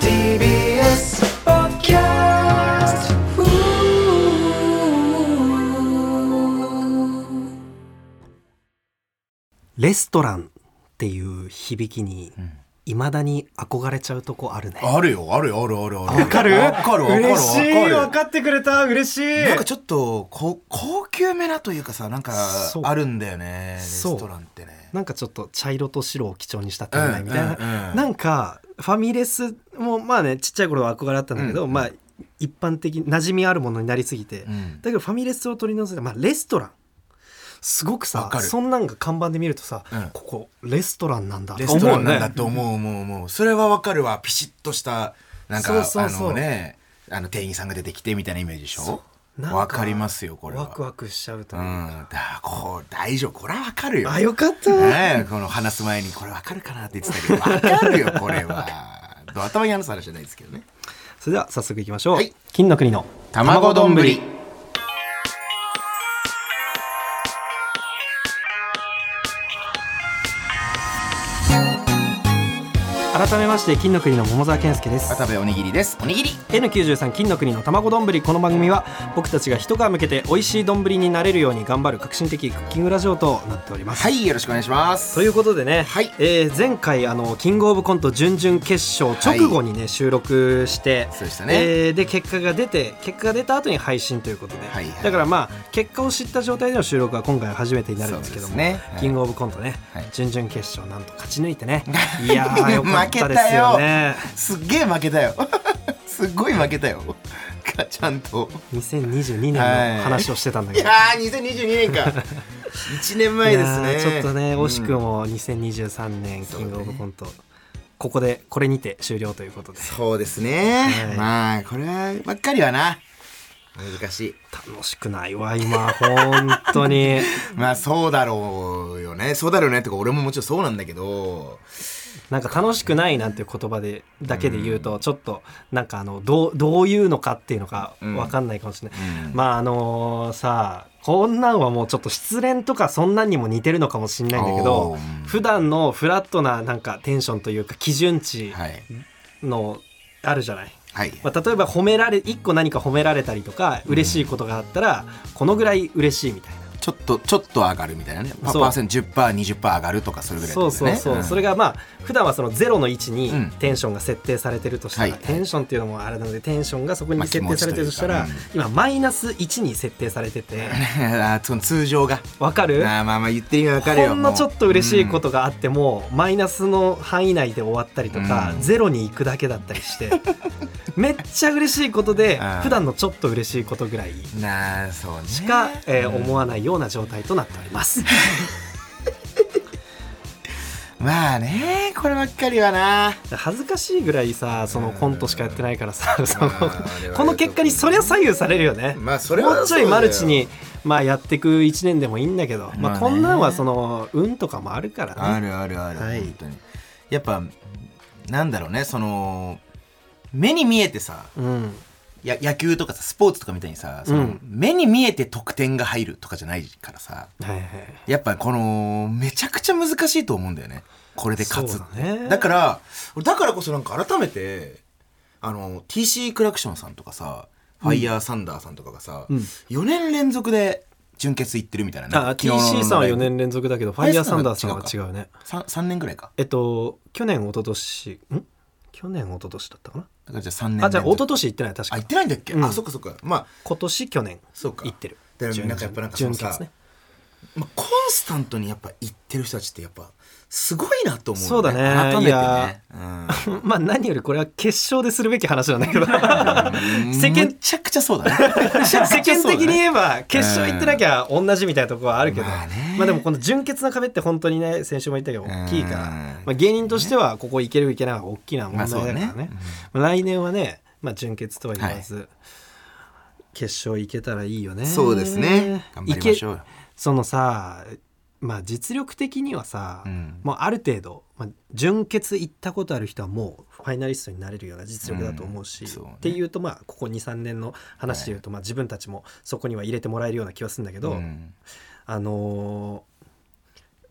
TBS ポッドキャストレストランっていう響きにいまだに憧れちゃうとこあるねあるよ、あるよ、あるあるある。わかるわかるわかる嬉しいわ分かる。かってくれた嬉しいなんかちょっとこ高級めなというかさなんかそうあるんだよねレそうストランってねなんかちょっと茶色と白を基調にした店内みたいな、うんうんうんなんかファミレスもまあねちっちゃい頃は憧れだったんだけど、まあ一般的馴染みあるものになりすぎて、んだけどファミレスを取り除いて、まあ、レストランすごくさわかるそんなんが看板で見るとさ、うんここレストランなんだレとスト思ラうンなんだって思う思う思うそれはわかるわピシッとしたなんかそうそうそうあのねあの店員さんが出てきてみたいなイメージでしょなんわかりますよこれはワクワクしちゃうとういうか、んだこう大丈夫これはわかるよあよかった、ねえこの話す前にこれわかるかなって言ってたけどわかるよこれは頭に話す話じゃないですけどねそれでは早速いきましょう、はい金の国の卵丼ぶり改めまして金の国の桃沢健介です渡部おにぎりですおにぎり N93 金の国の卵丼ぶりこの番組は僕たちが一皮向けて美味しい丼になれるように頑張る革新的クッキングラジオとなっております、はいよろしくお願いしますということでね、はいえー前回あのキングオブコント準々決勝直後にね、収録してそうでしたねえーで結果が出て結果が出た後に配信ということで、はいはいだからまあ結果を知った状態での収録は今回は初めてになるんですけども、そうですねはいキングオブコントね、はい準々決勝なんと勝ち抜い てねいやーよかったで負けすたよよねすっげえ負けたよ すっごい負けたよかちゃんと2022年の話をしてたんだいけど、やー2022年か1年前ですいねやーちょっとね、うん惜しくも2023年キングオブコント、ここでこれにて終了ということでそうですね、はいまあこれはばっかりはな難しい楽しくないわ今本当に まあそうだろうよねそうだろうねとか俺ももちろんそうなんだけどなんか楽しくないなんていう言葉でだけで言うとちょっとなんかあのどうどういうのかっていうのが分かんないかもしれない、うんまああのさこんなんはもうちょっと失恋とかそんなんにも似てるのかもしれないんだけおどーうん普段のフラットななんかテンションというか基準値はいのあるじゃない、はいまあ、例えば褒められ一個何か褒められたりとか嬉しいことがあったらこのぐらい嬉しいみたいな。ちょっとちょっと上がるみたいなねパそうパーセント 10%20% 上がるとかそれぐらいってそことうそだようねそう、んそれがまあ普段はそのゼロの位置にうんテンションが設定されてるとしたら、はいテンションっていうのもあれなのでテンションがそこまにあ設定されてるとしたら、気持ち今マイナス1に設定されて てあーその通常がわかるあーまあまあ言ってる意味わかるよ、ほんのちょっと嬉しいこととがあっても、マイナスの範囲内で終わったりとか、うんゼロに行くだけだった りしてめっちゃ嬉しいことであー普段のちょっと嬉しいことぐらいうんなあそうねしか、えー思わないような状態となっております。まあねこればっかりはな恥ずかしいぐらいさそのコントしかやってないからさそのまあこの結果にそりゃ左右されるよね、まあそれはもうちょいマルチに、まあ、やっていく1年でもいいんだけど、ままああ、ねこんなんはその運とかもあるからあねるあるある、はい本当にやっぱなんだろうねその目に見えてさうん、や野球とかさスポーツとかみたいにさその、うん目に見えて得点が入るとかじゃないからさはいはいやっぱこのめちゃくちゃ難しいと思うんだよねこれで勝つそうだねだから俺だからこそなんか改めてあの TC クラクションさんとかさファイヤーサンダーさんとかがさ、うん4年連続で準決行ってるみたいなね、あ TC さんは4年連連続だけどフあァれイヤーサンダーさんは違うね 3, 年ぐらいかえっと去年一昨年ん去年一昨年だったかなだからじゃあ3年あじゃあ一連続昨年行ってない確あか行ってないんだっけ、うんあそっかそっかまあ今年去年そうか行ってるだからなんかやっぱなんかそのさ準決ねまあ、コンスタントにやっぱ行ってる人たちってやっぱすごいなと思う、そうだね改いめてやね、うん、 まあ何よりこれは決勝でするべき話なんだけ ど世め間ちゃくちゃそうだね 世間的に言えば決勝行ってなきゃ同じみたいなところはあるけど、ままああねでもこの純潔な壁って本当にね先週も言ったけど大きいからうん、まあ、芸人としてはここ行ける行けないは大きな問題だからね,、まあまそうねあ来年はね、まあ、純潔とは言わず、決勝行けたらいいよねそうですね頑張りましょうよ行けそのさまあ実力的にはさ、うんもうある程度、まあ、純潔行ったことある人はもうファイナリストになれるような実力だと思ううし、んそうねっていうとまあここ23年の話でいうとまあ自分たちもそこには入れてもらえるような気はするんだけど、うんあのー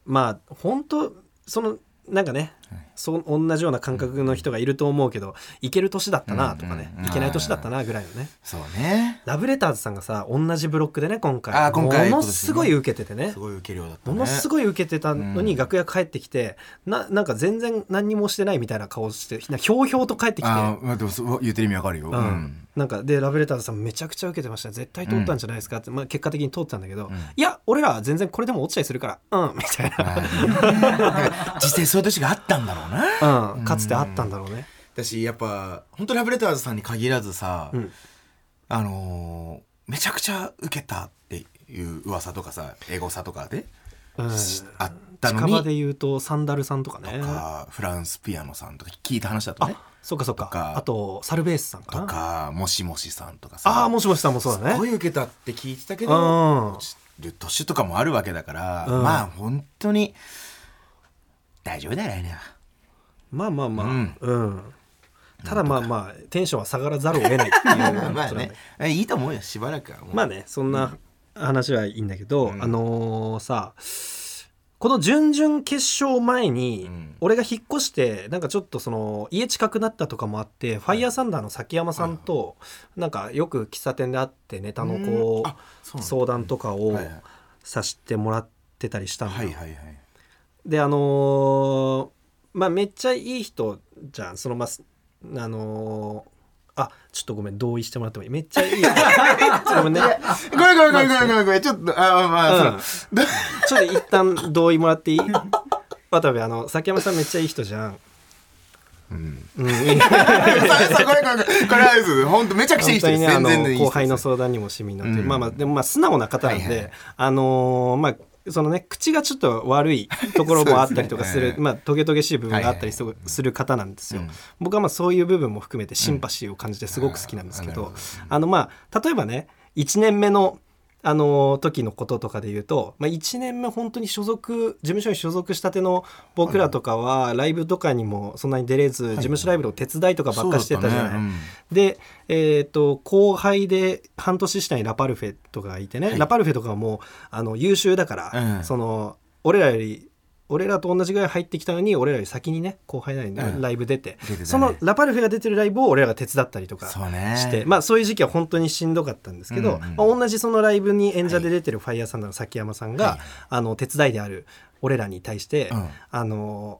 まあ本当そのなんかね、そう同じような感覚の人がいると思うけどいける年だったなとかね、うんうんうんいけない年だったなぐらいのねそうねラブレターズさんがさ同じブロックでね今回あー今回ものすごい受けててねすごい受け量だったもねのすごい受けてたのうにん楽屋帰ってきて、ななんか全然何にもしてないみたいな顔してひなひょうひょうと帰ってきて、あーまあでもそう言ってる意味わかるよ、ううんんなんかでラブレターズさんめちゃくちゃ受けてました絶対通ったんじゃないですかって、まあ、結果的に通ったんだけど、いや俺ら全然これでも落ちたりするからうんみた いな、あーなんか実際そういう年があったんだろうなうん、かつてあったんだろうね。私やっぱ本当ラブレターズさんに限らずさ、うんあのーめちゃくちゃ受けたっていう噂とかさエゴサとかで、うんしあったの近場にで言うとサンダルさんとかね。かフランスピアノさんとか聞いた話だとねあそうかそうかとかあとサルベースさんかとな。かもしもしさんとかさああもしもしさんもそうだすごね。い受けたって聞いてたけうどん落ちる年とかもあるわけだから、うんまあ本当に大丈夫だよ来年はまあまあまあ、ううんんただまあまあテンションは下がらざるを得な いっていうまあねいいと思うよしばらくはもうまあねそんな話はいいんだけど、うんあのーさこの準々決勝前に、うん俺が引っ越してなんかちょっとその家近くなったとかもあって、ファイヤーサンダーの崎山さんと、なんかよく喫茶店で会ってネタのこうんうあそうなんだ相談とかをはいはいさしてもらってたりしたんだはよいはいはいであのーまあめっちゃいい人じゃんそのまあすあのーあちょっとごめん同意してもらってもいいめっちゃいいちょっとごめんねごめんごめんごめんごめんごめんごめんちょっとあまあ、うんそうだちょっと一旦同意もらっていい渡部あの崎山さんめっちゃいい人じゃんうんうんそうそうこれこれこれこれあれです本当めちゃくちゃいい 本人当ですにねあ全の然いい人です後輩の相談にも市民なんて、うんまあまあでもまあ素直な方なんで、はいはいあのーまあそのね口がちょっと悪いところもあったりとかすそうるですねまあトゲトゲしい部分があったりするする方なんですよ、うん僕はまあそういう部分も含めてシンパシーを感じてすごく好きなんですけど、うんあのまあ例えばね1年目のあのー時のこととかで言うと、まあ、1年目本当に所属事務所に所属したての僕らとかはライブとかにもそんなに出れず、事務所ライブの手伝いとかばっかしてたじそうゃない、だったねで、えー、と後輩で半年下にラパルフェとかがいてね、はいラパルフェとかはもうあの優秀だから、うんその俺らより俺らと同じぐらい入ってきたのに俺らより先にね後輩なのにねうんライブ出て、出てたねそのラパルフェが出てるライブを俺らが手伝ったりとかそうねして、まあ、そういう時期は本当にしんどかったんですけうんうど、んまあ、同じそのライブに演者で出てるファイヤーサンダーの崎山さんが、はいあの手伝いである俺らに対して、うんあの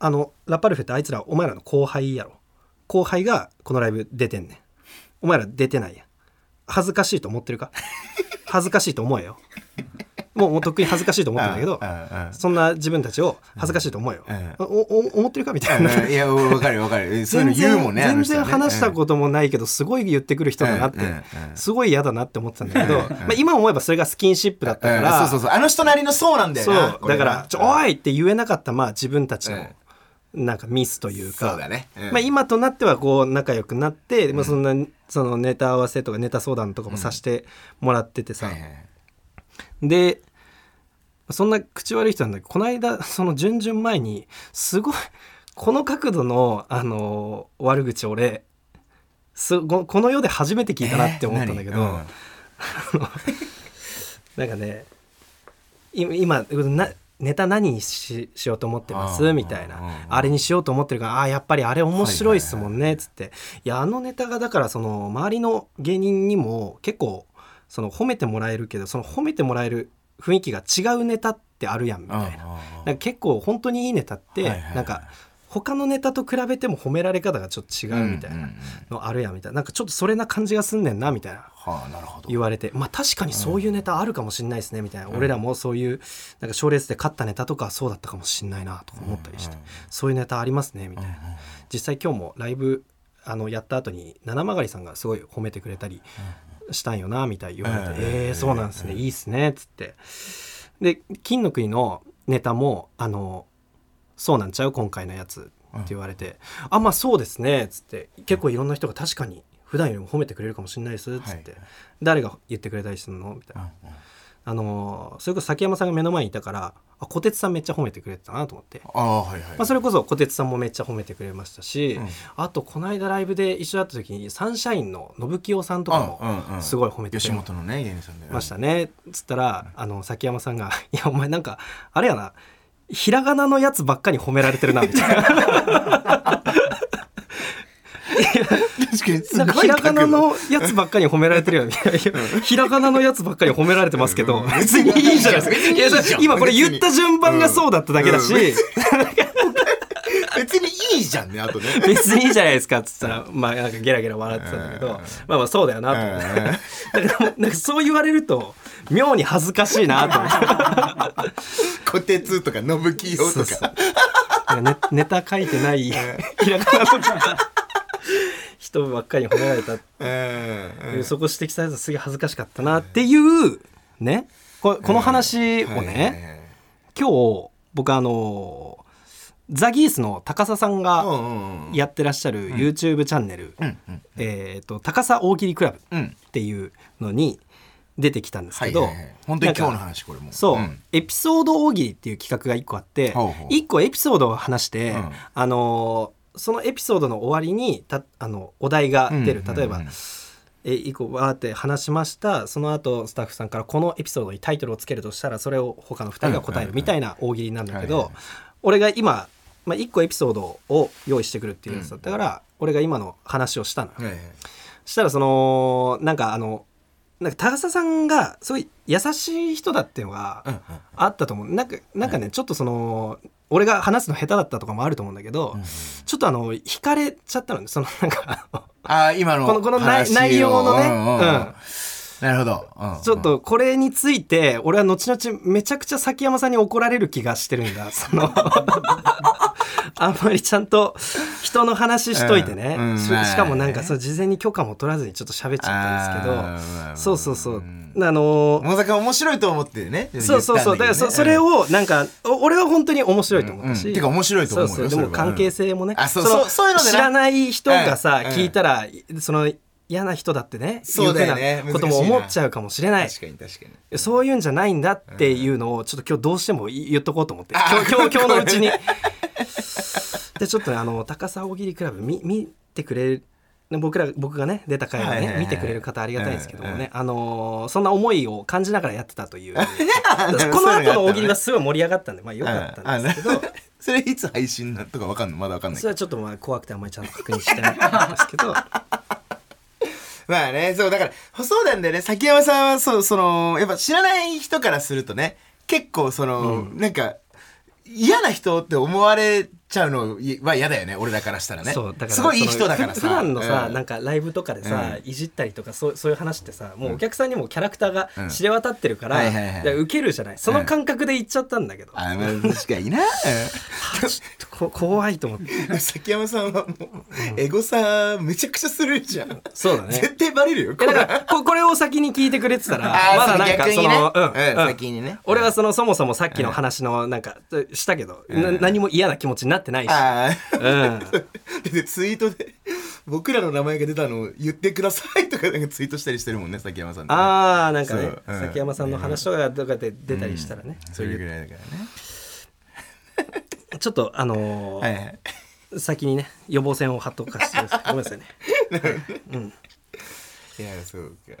あのラパルフェってあいつらお前らの後輩やろ後輩がこのライブ出てんねんお前ら出てないやん恥ずかしいと思ってる か恥ずかしいと思えよもうもうとっくに恥ずかしいと思ってんだけどうんうんうんそんな自分たちを恥ずかしいと思えよ、うんおお思ってるかみたいな、うんいやわかるわかるそういうの言うもんねあ全の然人は全然ね話したこともないけどすごい言ってくる人だなって、うんうんうんすごい嫌だなって思ってたんだけど、うんうんまあ、今思えばそれがスキンシップだったかうんそら、うそうそうあの人なりのそうなんだよなそうこれだはから「ちょおい!」って言えなかったまあ自分たちのなんかミスというか、そうだねうんまあ、今となってはこう仲良くなって、まあ、そんなそのネタ合わせとかネタ相談とかもさせてもらっててさ、はいはいでそんな口悪い人なんだけどこの間その準々前にすごいこの角度の、あのー悪口俺すごこの世で初めて聞いたなって思ったんだけど、えー何うんなんかねい今なネタ何にししようと思ってまあすーみたいうんうんうんなあれにしようと思ってるからあーやっぱりあれ面白いっすもんねっつっていやあのネタがだからその周りの芸人にも結構その褒めてもらえるけどその褒めてもらえる雰囲気が違うネタってあるやんみたいなうんうんうんなんか結構本当にいいネタってはいはいはいなんか他のネタと比べても褒められ方がちょっと違うみたいうんうんうなんのあるやんみたいななんかちょっとそれな感じがすんねんなみたいなはあなるほど言われて、まあ、確かにそういうネタあるかもしれないですねみたいな、俺らもそういうなんか賞レースで勝ったネタとかそうだったかもしれないなとか思ったりして、うんうんそういうネタありますねみたいな、実際今日もライブあのやった後に七曲さんがすごい褒めてくれたりしたんよなみたいに言われて「うんえー、そうなんですね、いいっすね」っつってで金の国のネタもあのそうなんちゃう今回のやつって言われて「あまあそうですね」っつって結構いろんな人が確かに普段よりも褒めてくれるかもしれないですっつって、はい誰が言ってくれたりするのみたいな、あのそれこそ崎山さんが目の前にいたからあ小鉄さんめっちゃ褒めてくれてたなと思って、ああはいはい、まあ、それこそ小鉄さんもめっちゃ褒めてくれましたし、うんあとこの間ライブで一緒だった時にサンシャインの信清さんとかもうんうんうんすごい褒めてく吉れ本のね芸人さんでましたねつったらあの崎山さんが 「いやお前なんかあれやなひらがなのやつばっかり褒められてるな」みたいな確かに すなんかごひいらがなのやつばっかり褒められてるよみたいな「いやひらがなのやつばっかり褒められてますけどうん別にいいじゃないですか別にいいじゃんいやそれ今これ言った順番がそうだっただけだしうんうん 別にいいじゃんねあとね別にいいじゃないですか」っつったらまあなんかゲラゲラ笑ってたんだけうんどまあまあそうだよなと思って。うんだからなんかそう言われると妙に恥ずかしいなと思って小鉄とか信清とかそうそうなんかネネタ書いてないひらがなとか人ばっかり褒められたってうんいううんそこ指摘されたのすげえ恥ずかしかったなっていうねここの話をね今日僕あのザギースの高佐さんはいはいはがいうんうんうんやってらっしゃる YouTube チャンネルうんうん「えーと高佐大喜利クラブ」うっんていうのに出てきたんですはけいどはいはい本当に今日の話これもそう、んエピソード大喜利っていう企画が1個あって、ほうほう1個エピソードを話して、うんあのーそのエピソードの終わりにたあのお題が出る、うんうんうん例えば、え1個わーって話しましたその後スタッフさんからこのエピソードにタイトルをつけるとしたらそれを他の2人が答えるみたいな大喜利なんだけど、はいはい俺が今、まあ、1個エピソードを用意してくるっていうやつだったから、俺が今の話をしたのよ。はいはいしたらそのなんかあのなんか高佐さんがすごい優しい人だっていうのがうんうんあったと思うなんかなんかね、ちょっとその俺が話すの下手だったとかもあると思うんだけど、うんうんちょっとあの惹かれちゃったのねそのなんかあのああ今のこのこの内話を内容のねうんうんうんうんなるほどうんうんちょっとこれについて俺は後々めちゃくちゃ崎山さんに怒られる気がしてるんだ そのあんまりちゃんと人の話しといてね、うんうんしまあしかもなんかそう事前に許可も取らずにちょっと喋っちゃったんあでーすまあまけあどそうそうそう、んあのーまさか面白いと思ってねそうそうそうだからそそれををなんかお俺は本当に面白いと思ったし、うんうんてか面白いと思うよそそれそではも関係性もね、うんあそうのそうそういうのでな知らない人がさ、うん聞いたらその嫌な人だってねそうだよねいうふうなこと難もしいな思っちゃうかもしれない確かに確かにそういうんじゃないんだっていうのをちょっと今日どうしても言っとこうと思ってあこ今日今れ日今日のうちに でちょっとねあの高さ大喜利クラブ見見てくれる僕ら僕がね出た回をね、はいはいはい見てくれる方ありがたいんですけどもね、うんうんあのーそんな思いを感じながらやってたと いう こそうの後の大喜利はすごい盛り上がったんでまあ良かったんですけど、うんあな それいつ配信なんとかわかんないまだわかんないそれはちょっとまあ怖くてあんまりちゃんと確認してなかったんです けどまあねそうだからそうなんだよね崎山さんはそうそのやっぱ知らない人からするとね結構その、なんか嫌な人って思われちゃうのは嫌だよね俺らからしたらねそうだからすごいいいその人だからさふ普段のさ、うなんかライブとかでさ、いじったりとかそうそういう話ってさもうお客さんにもキャラクターが知れ渡ってるから、うんいはいはいはいや受けるじゃないその感覚で言っちゃったんだけど、あまあ確かにな、うんこ怖いと思っ て崎山さんはもうエゴさめちゃくちゃするじゃん、そうだね絶対バレるよいやだからここれを先に聞いてくれてたらあーまだなんかそうそ逆にねのうん先にね俺はそのそもそもさっきの話のなんかしたけど、な何も嫌な気持ちになってないし、ああうん、 でツイートで僕らの名前が出たのを言ってくださいとかなんかツイートしたりしてるもんね崎山さんってねああなんかねそう、うん崎山さんの話とかとかで出たりしたらね、それぐらいだからねちょっとあのーはいはい先にね予防線を張っとかしてくださいごめんなさいねいやそうか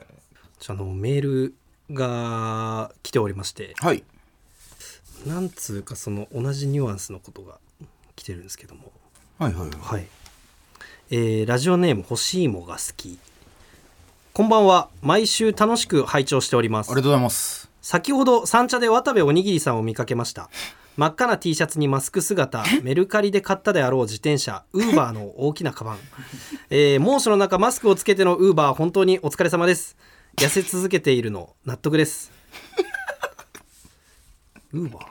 ちょあのメールが来ておりましてはいなんつうかその同じニュアンスのことが来てるんですけどもはいはいははい、えーラジオネーム欲しいもが好きこんばんは毎週楽しく拝聴しておりますありがとうございます先ほど三茶で渡部おにぎりさんを見かけました真っ赤な T シャツにマスク姿メルカリで買ったであろう自転車ウーバーの大きなカバン、えー猛暑の中マスクをつけてのウーバー本当にお疲れ様です痩せ続けているの納得ですウーバー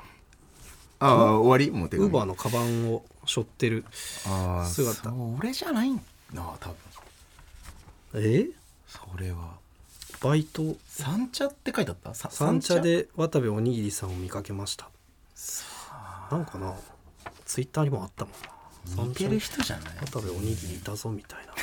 ああ終わりもう手紙ウーバーのカバンを背負ってるああ姿それじゃないなあ多分えーそれはバイト三茶って書いてあったさ三茶で渡部おにぎりさんを見かけましたなんかなツイッターにもあったもんな似てる人じゃない渡部おにぎりいたぞみたいな、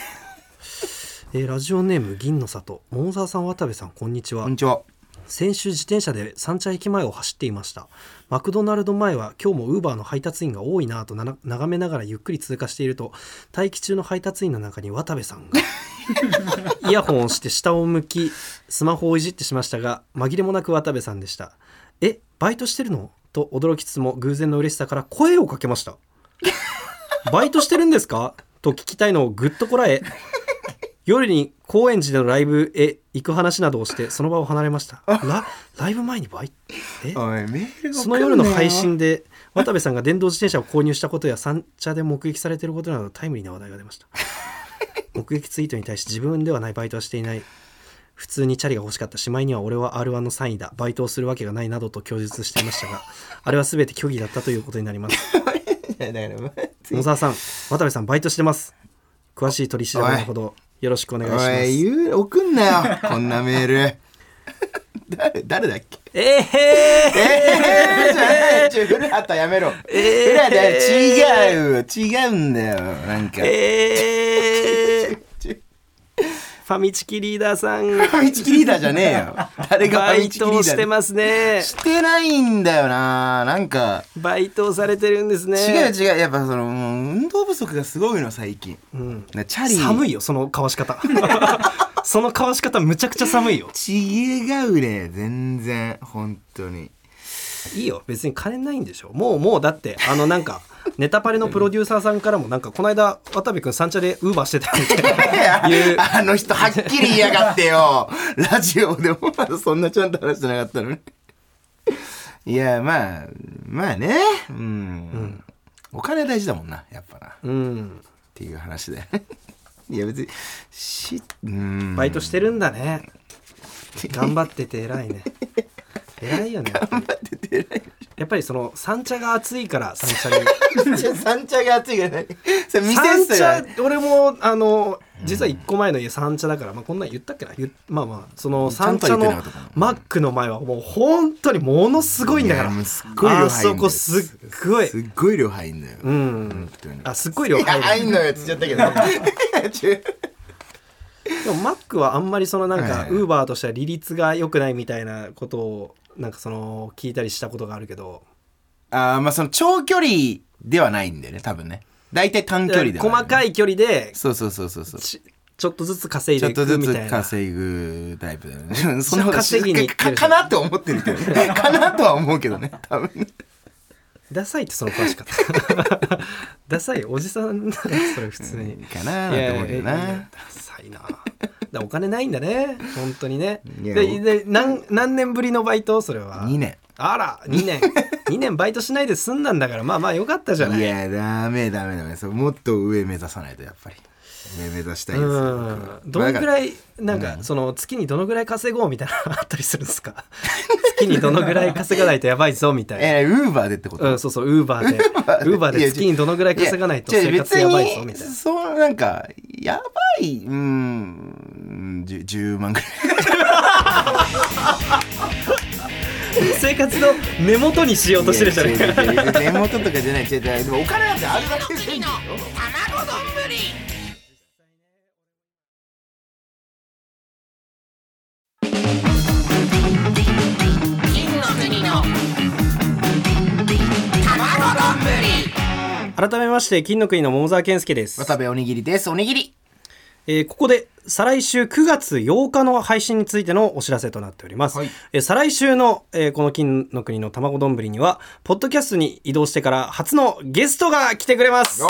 えーラジオネーム銀の里桃沢さん渡部さんこんにちはちは先週自転車で三茶駅前を走っていましたマクドナルド前は今日もウーバーの配達員が多いなぁとなな眺めながらゆっくり通過していると待機中の配達員の中に渡部さんがイヤホンをして下を向きスマホをいじってしましたが紛れもなく渡部さんでしたえバイトしてるのと驚きつつも偶然の嬉しさから声をかけましたバイトしてるんですかと聞きたいのをぐっとこらえ夜に高円寺でのライブへ行く話などをしてその場を離れましたラライブ前にバイトおえいメールがその夜の配送ん信で渡部さんが電動自転車を購入したことや三茶で目撃されていることなどタイムリーな話題が出ました 目撃ツイートに対し自分ではないバイトはしていない普通にチャリが欲しかったしまいには俺は R1 の3位だバイトをするわけがないなどと供述していました があれは全て虚偽だったということになりますなよいやだから野沢さん渡部さんバイトしてます詳しい取り調べのほどよろしくお願いしまおいす言う送んなよこんなメール 誰誰だっけええへえじゃないちょ古畑やめろ、古畑違うよ違うんだよなんかーえーちょファミチキリーダーさんファミチキリーダーじゃねえ よ誰がバファイミチキトリをーダーしてますねしてないんだよななんかバイトをされてるんですね違う違うやっぱそのもう運動不足がすごいの最近、んなチャリ寒いいよそのかわし 方そのかわし方むちゃくちゃ寒いよ違うね全然本当にいいよ別に金ないんでしょもうもうだってあ のなんかネタパレのプロデューサーさんからもなんかこの間渡部君三茶でウーバーしてたみたいないうあの人はっきり言いやがってよラジオでもまだそんなちゃんと話してなかったのにいやまあまあねうん、お金大事だもんなやっぱなっうんていう話で いや別にしうんバイトしてるんだね。頑張ってて偉いね。偉いよね。頑張ってて偉い。やっぱりその三茶が暑いから三茶に。三茶が熱いからねそ れ見三せ茶て俺もあの実は一個前の家三茶だから、まあこんなん言ったっけな。言っまあまあそのちゃ三んと茶は言ってなのかったかなマックの前はもう本当にものすごいんだから。いやもうすっごい量入んだよあそこすっごいす。っごい量入んのよ、うん。本当にあすっごい量いや入入る。んのよっつっちゃったけど違うでもマックはあんまりそのなんはいかはいウーバーとしては利率が良くないみたいなことをなんかその聞いたりしたことがあるけど。 あーまあその長距離ではないんだよね多分ね大体短距離では細かいい距離でそうそうそうそうそうちちょっとずつ稼いちでょっいとくずみつたいな稼ぐタイプだよねそ方が稼ぎに行ってかるかなって思ってるけどねかなとは思うけ どね多分ねダサいってその詳しかった ダサいおじさんなんかそれ普通に、かなーなんて思うけどいやいやいなやダサいなだからお金ないんだね本当にねいやでで何何年ぶりのバイトそれは2年あら2年2年バイトしないで済んだんだからまあまあよかったじゃないいやダメダメダメそうもっと上目指さないとやっぱり上目指したいですよ僕うはんどのだぐからいなんかその月にどのぐらい稼ごうみたいなのあったりするんで すか月にどのぐらい稼がないとやばいぞみたいなえウーバーでってことうん、そうそう、ウーバ ーで。ウーバーいでや月にどのぐらい稼がないといや違う生活やばいぞ、みた別いにな。そうなんかやばいうんじゅ 10, 万ぐらい生活の根元にしようとしてるじゃないいや違 か。う違う違う根元とかじゃない違う違うでもお金なんてあるだけでいいんだよ改めまして、金の国の桃沢健介です。渡部おにぎりですおにぎりえーここで、再来週9月8日の配信についてのお知らせとなっております。はいえー再来週の、えーこの金の国の卵丼には、ポッドキャストに移動してから初のゲストが来てくれます。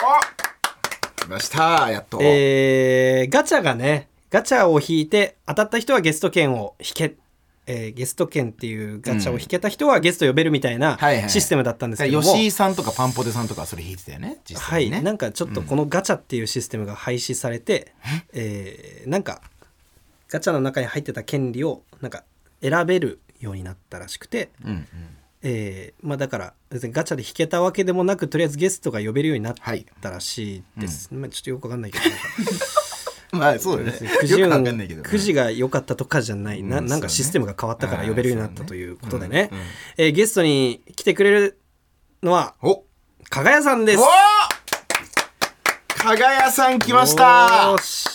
来ましたやっと、えーガチャがねガチャを引いて当たった人はゲスト券を引け、えーゲスト券っていうガチャを引けた人はゲスト呼べるみたいなはいはいシステムだったんですけども、吉井さんとかパンポテさんとかそれ弾いてたよね実は際にいね、なんかちょっとこのガチャっていうシステムが廃止されて、えーなんかガチャの中に入ってた権利をなんか選べるようになったらしくて、うんうんえーまあだから別にガチャで引けたわけでもなくとりあえずゲストが呼べるようになっはいたらしいです、まあちょっとよくわかんないけどなんかまあそうだね くよじく運わかんないけどねくじが良かったとかじゃない、なうんなんかそうねシステムが変わったから呼べるようになったあーということでねそうねえーゲストに来てくれるのはお加賀谷さんですお加賀谷さん来ましよたーし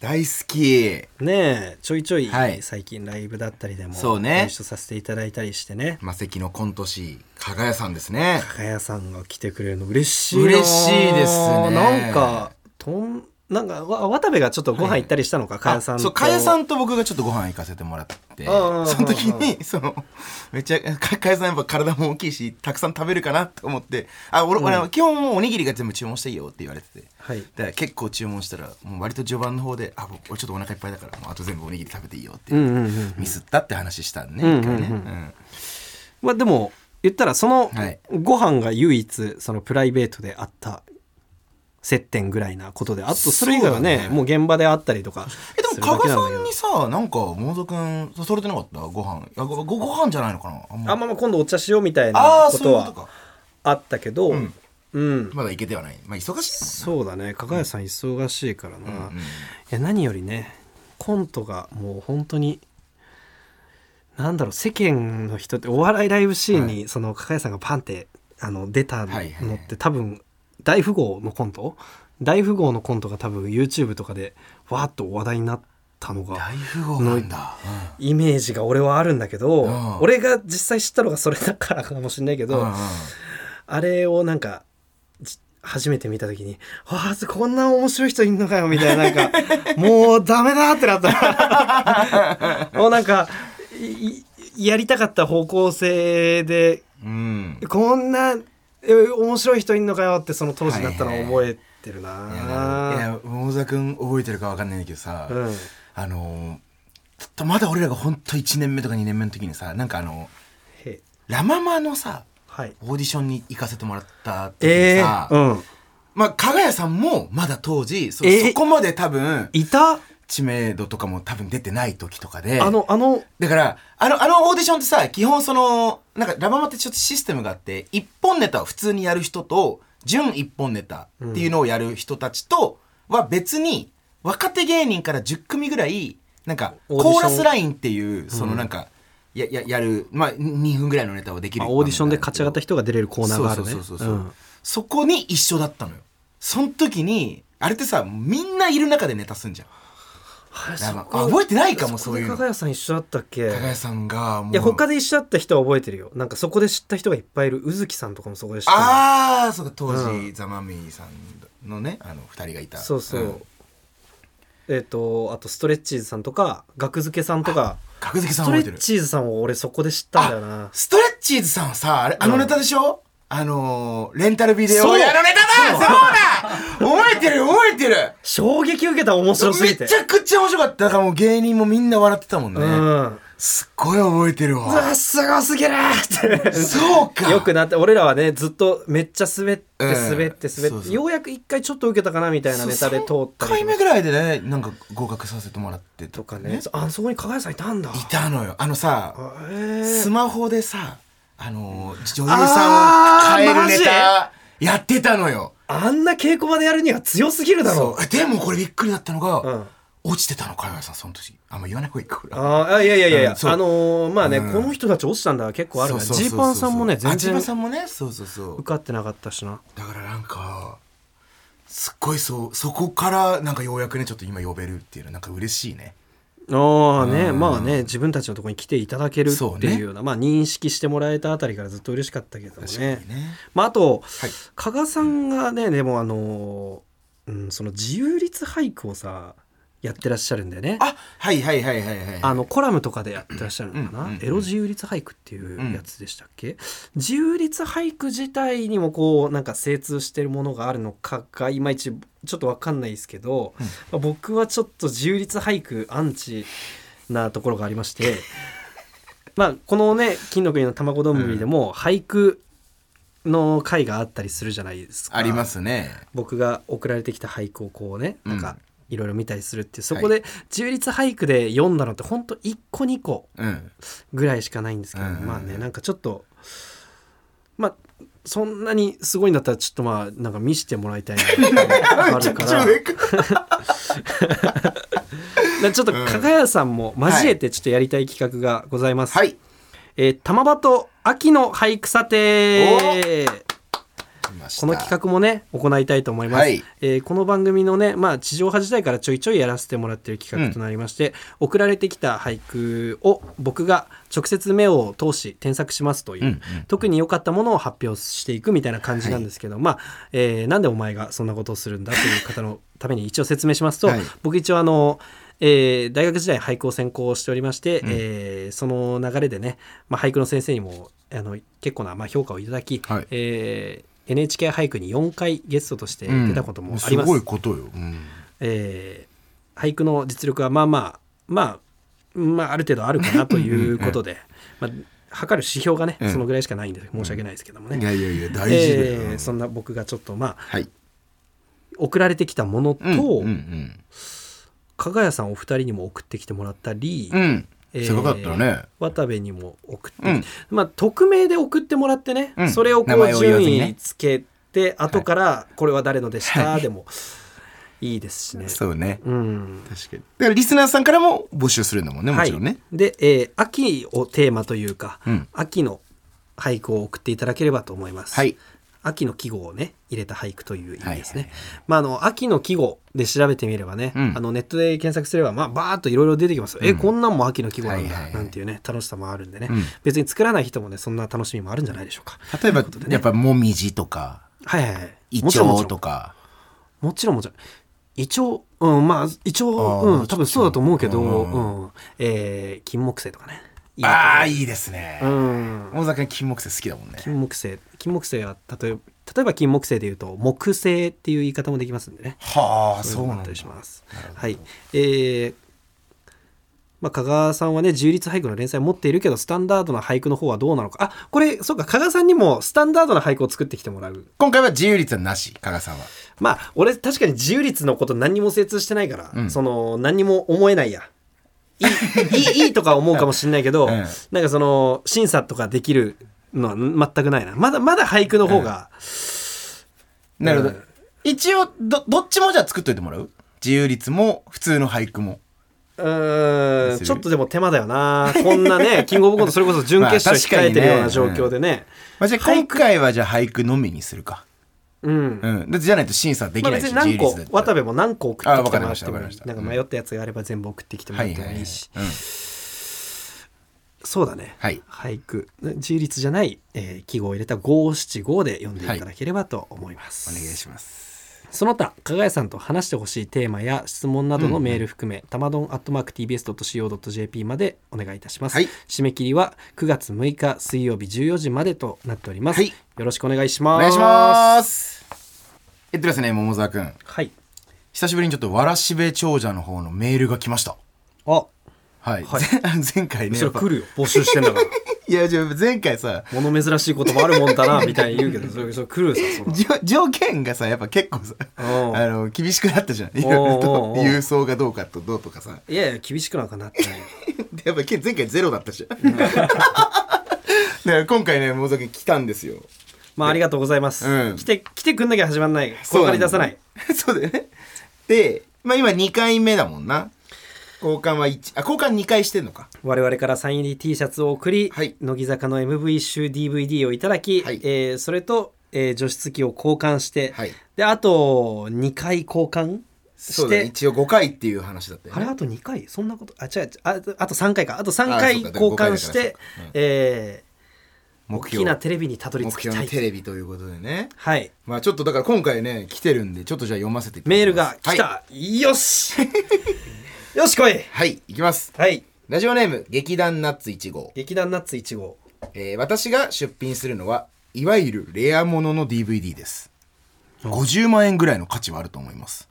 大好きねえちょいちょい、はい最近ライブだったりでもそうねご一緒させていただいたりしてね魔石のコント師加賀谷さんですね加賀屋さんが来てくれるの嬉しいな嬉しいですねなんかとんなんかわ渡部がちょっとご飯行ったりしたのか加賀屋さんあとそう加谷さんと僕がちょっとご飯行かせてもらってああああその時にそのめっちゃか加谷さんやっぱ体も大きいしたくさん食べるかなと思ってあ俺,、俺基本もうおにぎりが全部注文していいよって言われてて、はいだから結構注文したらもう割と序盤の方で「あもう俺ちょっとお腹いっぱいだからもうあと全部おにぎり食べていいよ」って、うんうんうんミスったって話したんね、うん一回ね、うんうんうんまあでも言ったらそのはいご飯が唯一そのプライベートであった接点ぐらいなことであとそれ以外はねそうだねもう現場であったりとかえでするも加だけな賀んださけどんにさなんかモード君それてなかったご飯あごごご飯じゃないのかなあんまあまあまあ今度お茶しようみたいあなーこそうということはかあったけどんうんまだ行けてはないまあ忙しいそうだね加賀谷さん忙しいからな、うんいや何よりねコントがもう本当になんだろう世間の人ってお笑いライブシーンに、その加賀谷さんがパンってあの出たのって、はいはいはい多分大富豪のコント大富豪のコントが多分 YouTube とかでわーっと話題になったのが大富豪なんだ、イメージが俺はあるんだけど、うん俺が実際知ったのがそれだからかもしれないけうんど、うんうんあれをなんかじ初めて見た時に「わあこんな面白い人いんのかよ」みたいななんか もうダメだってなった もうなんかいいやりたかった方向性でうんこんなえ面白い人いんのかよってその当時だったのはいをはい覚えてるな、いやいや桃沢君覚えてるかわかんないんだけどさ、うんあのーちょっとまだ俺らがほんと1年目とか2年目の時にさなんかあのへラ・ママのさはいオーディションに行かせてもらった時にえさ、ー、うんまあ加賀谷さんもまだ当時そ,、えーそこまで多分いた知名度とかも多分出てない時とかであのあのだから、あの、あのオーディションってさ、基本その、なんか、ラバマってちょっとシステムがあって、一本ネタを普通にやる人と、準一本ネタっていうのをやる人たちとは別に、若手芸人から10組ぐらい、なんか、オーディショコンーラスラインっていう、そのなんか、や、や、やる、まあ、2分ぐらいのネタをできる。あオーディションで勝ち上がった人人が出れるコーナーがあるねそうそうそうそう。うんそこに一緒だったのよ。その時に、あれってさ、みんないる中でネタすんじゃん。あれラバそこあ覚えてないかもそういうのこで加賀谷さん一緒だったっけ高谷さんが、もう。いや他で一緒だった人は覚えてるよなんかそこで知った人がいっぱいいる宇月さんとかもそこで知ったのああそうか当時、うザ・マミィさんのねあの二人がいたそうそう、んえっ、とあとストレッチーズさんとか額付けさんとか角関さスんト覚レえてッるチーズさんを俺そこで知ったんだよなストレッチーズさんはさあれあのネタでしょ、あのーレンタルビデオそう屋のネタだそうだ覚えてる覚えてる衝撃受けた面白すぎてめちゃくちゃ面白かっただからもう芸人もみんな笑ってたもんね、うんすっごい覚えてるうわわすごすぎるーっそうかてよくなって俺らはねずっとめっちゃ滑ってうん滑ってそ滑っうそてうようやく一回ちょっと受けたかなみたいなネタで通った3回り目ぐらいでねなんか合格させてもらってとかねそうあそこに加賀谷さんいたんだいたのよあのさへスーマホでさ、あのー、女優さんを変えるネタやってたのよ。あんな稽古場でやるには強すぎるだろうそう。でもこれびっくりだったのが、うん落ちてたの、海外さん、その時。あんま言わない方がいいか、これ。あーあいやいやいやいや、うんそうあのーまあね、うんこの人たち落ちたんだ結構あるからそうそうそうジそーうパンさんもね全あジー然パンさ受んもね、そうそうそう。かってなかったしなだからなんか、すっごいそう、そこからなんかようやくね、ちょっと今呼べるっていうの、なんか嬉しいね。ああね、うんまあね自分たちのところに来ていただけるってそういねうようなまあ認識してもらえたあたりからずっと嬉しかったけども確かにねね。まああと、はい加賀さんがねでもあのーうん、その自由律俳句をさやってらっしゃるんだよねあ、はいはいはいはいはい。あのコラムとかでやってらっしゃるのかな、うんうんうんエロ自由律俳句っていうやつでしたっけ、自由律俳句自体にもこうなんか精通してるものがあるのかがいまいちちょっとわかんないですけど、まあ僕はちょっと自由律俳句アンチなところがあり ましてまあこのね「金の国の卵丼」でも俳句の回があったりするじゃないですか。ありますね。僕が送られてきた俳句をこうねなんうかんいろいろ見たりするっていうそこで中立俳句で読んだのってほんと1個2個うん。ぐらいしかないんですけど、うんまあねなんかちょっとまあそんなにすごいんだったらちょっとまあなんか見してもらいたいなっていうのがあ めちゃくるかちゃら上からでちょっと加賀谷さんも交えてちょっとやりたい企画がございます。 はい。えー玉場と秋の俳句査定来ましたこの企画もね行いたいと思います、はいえーこの番組のね、まあ、地上波時代からちょいちょいやらせてもらってる企画となりまして、送られてきた俳句を僕が直接目を通し添削しますという、うんうん特に良かったものを発表していくみたいな感じなんですけど、まあ、えーなんでお前がそんなことをするんだという方のために一応説明しますと、はい僕一応あの、えー大学時代俳句を専攻しておりまして、えーその流れでね、まあ、俳句の先生にもあの結構なまあ評価をいただき、はいえー NHK 俳句に4回ゲストとして出たこともあります。すごいことよ、うんえー俳句の実力はまあまあまあまあある程度あるかなというこ とで、まあ、測る指標がねうんそのぐらいしかないんで申し訳ないですけどもね。いやいやいや大事だよ、えーそんな僕がちょっとまあはい送られてきたものと、うんうん加賀谷さんお二人にも送ってきてもらったり、うんうんえーすごかったね、渡部にも送って、うんまあ匿名で送ってもらってね、うんそれをこ名前うを言わ順ずにね位つけて、後からこれは誰のでしたでもいいですしね。そうねうん確かにだからリスナーさんからも募集するんだもんねもはちいろんね、で、えー秋をテーマというか、うん秋の俳句を送っていただければと思います。はい秋の季語をね入れた俳句という意味ですね。はいはいまああの秋の季語で調べてみればね、うんあのネットで検索すればまあバーっといろいろ出てきますよ。えこんなんも秋の季語なんはいはいだはいなんていうね楽しさもあるんでね、うん別に作らない人もねそんな楽しみもあるんじゃないでしょうか。例えば、やっぱもみじとかはいはいはい。イもちチろんョもウちろとんかもちろんもちろん。一応、うん、まあ、一あ応、ーうん、多分そうだと思うけど、うんうん、えー、金木犀とかね。いいと思うああいいですねうん大崎の金木犀好きだもんね金木犀金木犀は例えば例えば金木犀でいうと木犀っていう言い方もできますんでねはあそそうういうのなんもあっただりしますはいえーまあ、加賀さんはね充実俳句の連載持っているけどスタンダードな俳句の方はどうなのかあこれそうか加賀さんにもスタンダードな俳句を作ってきてもらう今回は自由率はなし加賀さんはまあ俺確かに自由律のこと何にも精通してないから、うんその何にも思えないやいいいいいいとか思うかもしれないけ ど、うんなんかその審査とかできるのは全くないなまだまだ俳句の方が、なるほど、うん一応どどっちもじゃあ作っといてもらう自由率も普通の俳句もうーんするちょっとでも手間だよなこんな ねキングオブコントそれこそ準決勝まあ控えてるような確か状にね況でね,、まあ、じゃあ俳今句回はじゃあ俳句のみにするかうんうんだってじゃないと審査できまあ、ない別し、に何個自由率だった渡ら部も何個送ってきてもらってあわもかりいまいしたわかりましたなんか迷ったやつがあれば全部送ってきてもはらっいてはいもはいいいし、うんそうだね、はい俳句自由律じゃない、えー記号を入れた五七五で読んでいただければと思います、お願いしますその他加賀谷さんと話してほしいテーマや質問などのメール含め、たまどん @tbs.co.jp までお願いいたします、はい締め切りは9月6日水曜日14時までとなっております、はいよろしくお願いしまおす願いしますえっとですね桃沢君はい久しぶりにちょっとわらしべ長者の方のメールが来ましたあはい、はい 前回ねそやっれぱ来るよ募集してんだ からいやじゃあ前回さ物珍しいこともあるもんだなみたいに言うけどそれそれ来るさそらじょ条件がさやっぱ結構さあうんの厳しくなったじゃんいろいろおうおとうおう郵送がどうかとどうとかさいやいや厳しくなんかなってないでやっぱけ前回ゼロだったじゃん だから今回ね桃崎来たんですよ まあありがとうございます、うん来て来てくんなきゃ始まんないこから出さないそうなんだよそうだよねでまあ今2回目だもんな交換は1あ交換2回してんのか我々からサイン入り T シャツを送り、はい乃木坂の MV 集 DVD をいただき、はいえーそれと、えー除湿機を交換して、はいであと2回交換そしうだねて、一応5回っていう話だったよあれねあと2回そんなことあ違う違うあとあと3回かあと3あ回そうかで交も五回だか換らしてそうかうんえー目大き標なテレビにたどり目着き標たのいテレビということでねはいまあちょっとだから今回ね来てるんでちょっとじゃあ読ませていただきメますールが来た、はい、よし よし来いはい、いきますはいラジオネーム劇団ナッツ1号、劇団ナッツ1号えー私が出品するのはいわゆるレアものの DVD です50万円ぐらいの価値はあると思います、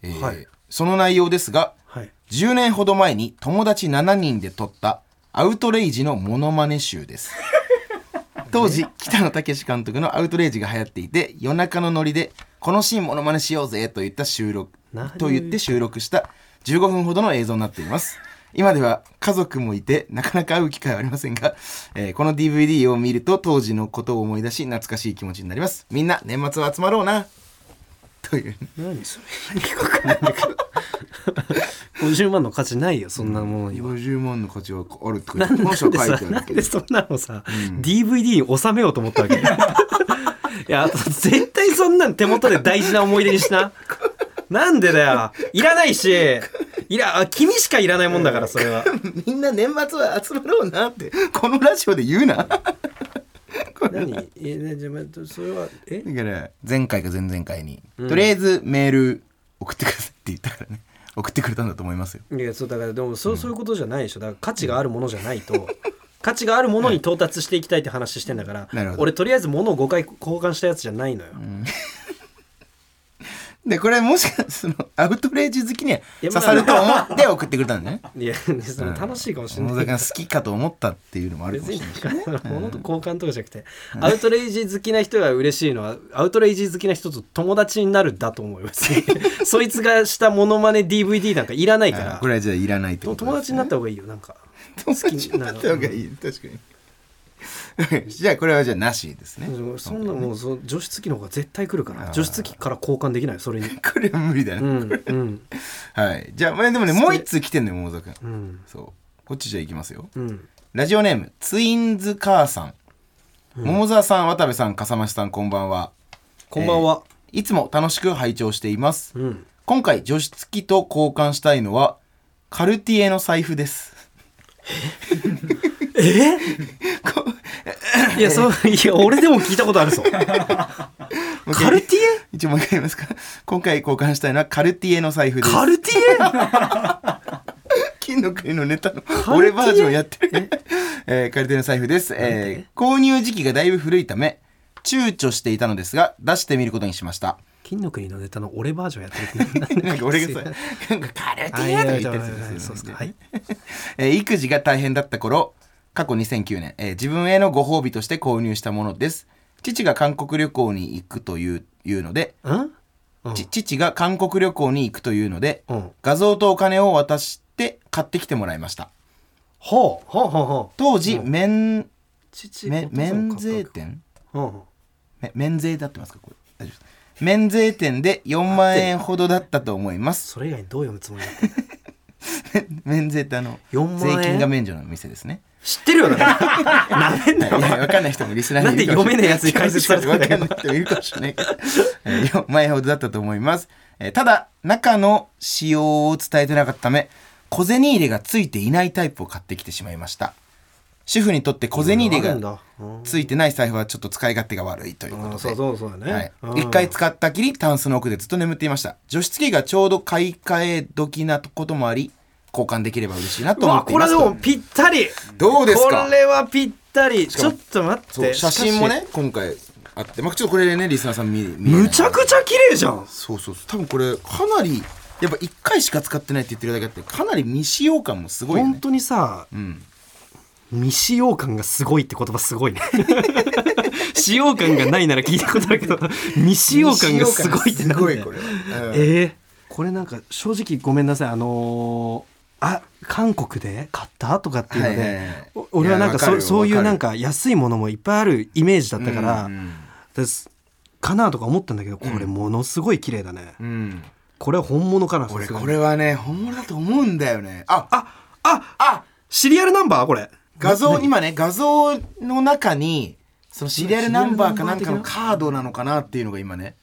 えーはいその内容ですがはい10年ほど前に友達7人で撮ったアウトレイジのモノマネ集 です当時北野武監督のアウトレイジが流行っていて夜中のノリでこのシーンモノマネしようぜと言った収録なると言って収録した15分ほどの映像になっています今では家族もいてなかなか会う機会はありませんが、えーこの DVD を見ると当時のことを思い出し懐かしい気持ちになりますみんな年末は集まろうなという何それ何かわかんないんだけど 50万の価値ないよそんなものには、 50万の価値はあるってこなんで本書さ書いてあるなんけでど そんなのさ、DVD に収めようと思ったわけいいや、あと絶対そんなん手元で大事な思い出にしな。なんでだよ。いらないし、いら、あ君しかいらないもんだから、それは。みんな年末は集まろうなってこのラジオで言うなだか何え、ね、じゃあ、それは、えら前回か前々回に、とりあえずメール送ってくださいって言ったからね送ってくれたんだと思いますよいや、そう、だから、でも、そう、そういうことじゃないでしょ。だから、価値があるものじゃないと。価値があるものに到達していきたいって話してんだからなるほど俺とりあえず物を5回交換したやつじゃないのよ、でこれもしかそのアウトレイジ好きには刺さると思って送ってくれたんだねいやその楽しいかもし小れない野坂が好きかと思ったっていうのもあるか別もしにれないなんか物と交換とかじゃなくて、アウトレイジ好きな人が嬉しいのはアウトレイジ好きな人と友達になるだと思います そいつがしたモノマネ DVD なんかいらないかあらこれはじゃあいらないってとこと友達になった方がいいよなんか友達になった方がいい確かに じゃあこれはじゃあなしですねそんなもうそ除湿機の方が絶対来るから除湿機から交換できないそれにこれは無理だね、うんうんはいじゃあまあでもねもう一通来てんのよ桃沢う君んそうこっちじゃあいきますようんラジオネームツインズ母さん、桃沢さん渡部さん笠間さんこんばんはこんばんは、いつも楽しく拝聴しています、うん今回除湿機と交換したいのはカルティエの財布です え いやそういや俺でも聞いたことあ るぞカルティエ一応もう一回言いますか今回交換したいのはカルティエの財布ですカルティエ金の国のネタのエ俺バージョンやってる、 えー、カルテの財布です、えー購入時期がだいぶ古いため躊躇していたのですが出してみることにしました金の国のネタの俺バージョンやってる ってなんか俺がさ「なんかカルティエ」とか言ってるやつですよねそうですかはいえー育児が大変だった頃過去2009年、えー自分へのご褒美として購入したものです父が韓国旅行に行くといういうのでうんうんち父が韓国旅行に行くというので、うん画像とお金を渡して買ってきてもらいましたほうほうほうほう当時免父免免税店うんめ免税だってますかこれ大丈夫です免税店で4万円ほどだったと思いますそれ以外にどう読むつもりだったの 免税ってあの税4万円金が免除の店ですね知ってるよな なめん なはいいやわかんない人もリスナーにいるかもしなんで読めれねえやつに解説されてわんかだんなよい人もいるかもしれないからえー4万円ほどだったと思います、えーただ中の仕様を伝えてなかったため小銭入れがついていないタイプを買ってきてしまいました主婦にとって小銭入れあるんだがうんついてない財布はちょっと使い勝手が悪いということで、うんそうそうそうだねはい、一回使ったきりタンスの奥でずっと眠っていました除湿機がちょうど買い替え時なこともあり交換できれば嬉しいなうと思わってこいまれですもぴったりどうですかこれはぴったりちかょもっと待っそうて写真もしかしね今回あって、まあ、ちょっとこれねリスナーさん見見れないむちゃくちゃ綺麗じゃんそうそうそう多分これかなりやっぱ1回しか使ってないって言ってるだけあってかなり未使用感もすごいよ本ね当にさうん未使用感がすごいって言葉す ごいね使用感がないなら聞いたことあるけど未使用感がすごいってなんだよ未使用感すごいこれは、うんえーこれなんか正直ごめんなさいあのーあ韓国で買ったとかっていうので、はいはいはいお俺はなんいやかわかそるそういうわかるなんか安いものもいっぱいあるイメージだったから、うんですかなとか思ったんだけどこれものすごい綺麗だね、うんこれは本物かな俺さすがにこれはね本物だと思うんだよねあああああシリアルナンバーこれ画像今ね画像の中にそのシリアルナンバーかなんかのシリアルナンバー的カードなのかなっていうのが今ね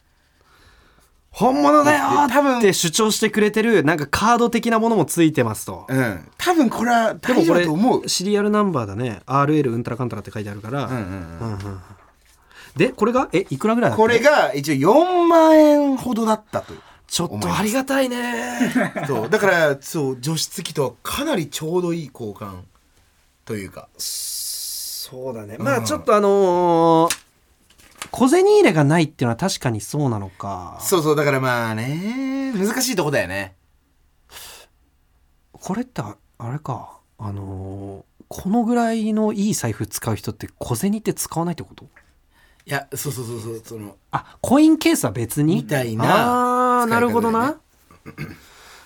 本物だよー多分って主張してくれてるなんかカード的なものもついてますと、うん多分これはで大も丈こ夫だと思うれシリアルナンバーだね RL うんたらかんたらって書いてあるから、うんうんうんうんうんでこれがえいくらぐらいだったこれが一応4万円ほどだったという。ちょっ思いまとすありがた いねそうだからそう除湿機とはかなりちょうどいい交換というかそうだねまあちょっとあのー小銭入れがないっていうのは確かにそうなのかそうそうだからまあね難しいとこだよねこれってああれかあのーこのぐらいのいい財布使う人って小銭って使わないってこといやそうそうそうそうそのあコインケースは別にみたいなあ使い方だよーねなるほ どな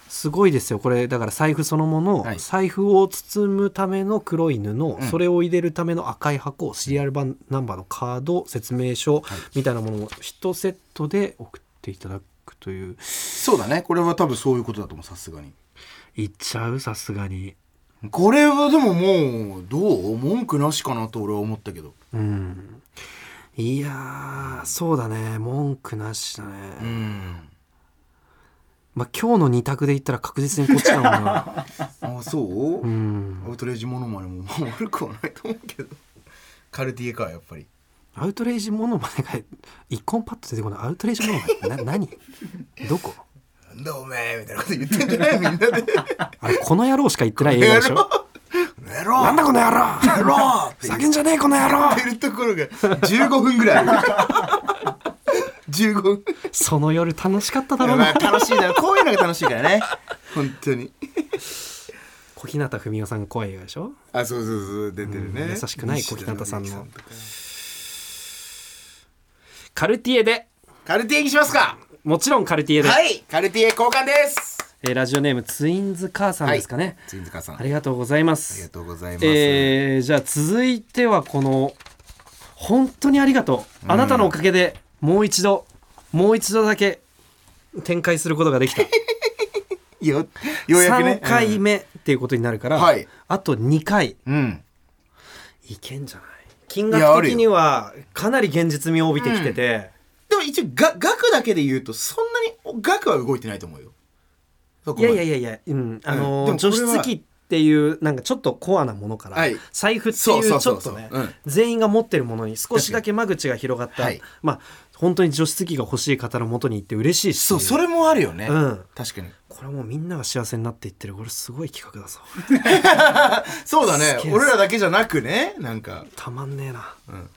すごいですよこれだから財布そのもの、はい財布を包むための黒い布、それを入れるための赤い箱シリアルバンナンバーのカード説明書みたいなものを1セットで送っていただくというそうだねこれは多分そういうことだと思うさすがにいっちゃうさすがにこれはでももうどう文句なしかなと俺は思ったけどうんいやーそうだね文句なしだね、うんまあ今日の二択で言ったら確実にこっちだもん なあそう、うんアウトレイジモノマネもまあ悪くはないと思うけどカルティエかやっぱりアウトレイジモノマネが一本パッと出てこないアウトレイジモノマネな何どこなんだおめえみたいなこと言ってんじゃないみんなであれこの野郎しか言ってない映画でしょやろなんだこの野郎やろって言ふざけんじゃねえこの野郎ってるところが15分ぐらい15分その夜楽しかっただろうまあな楽しいなこういうのが楽しいからね本当に小日向文世さんが怖い映画でしょあそうそうそう出てるね、うん優しくない小日向さんの西田とかカルティエでカルティエにしますかもちろんカルティエで、はいカルティエ交換ですえーラジオネームツインズ母さんですかね、ツインズカさんあありりがとうございますがとうございます、えーじゃあ続いてはこの「本当にありがとう、あなたのおかげでもう一度もう一度だけ展開すること ができた」よようやくね3回目っていうことになるから、うんはいあと2回うんいけんじゃない金いやあ額る的よにはかなり現実味を帯びてきてて、でも一応が額だけで言うとそんなに額は動いてないと思うよそこいまやでいやいやいや、うん、あうんのでーもこ除れは湿機っていうなんかちょっとコアなものから、はい財布ってそういそううちそょうっとねそううん全員が持ってるものに少しだけ間口が広がった、はいまあ本当に除湿機が欲しい方の元に行って嬉しいしそうそれもあるよね、うん確かにこれはもうみんなが幸せになっていってるこれすごい企画だぞそうだね好きです俺らだけじゃなくねなんかたまんねえな、ん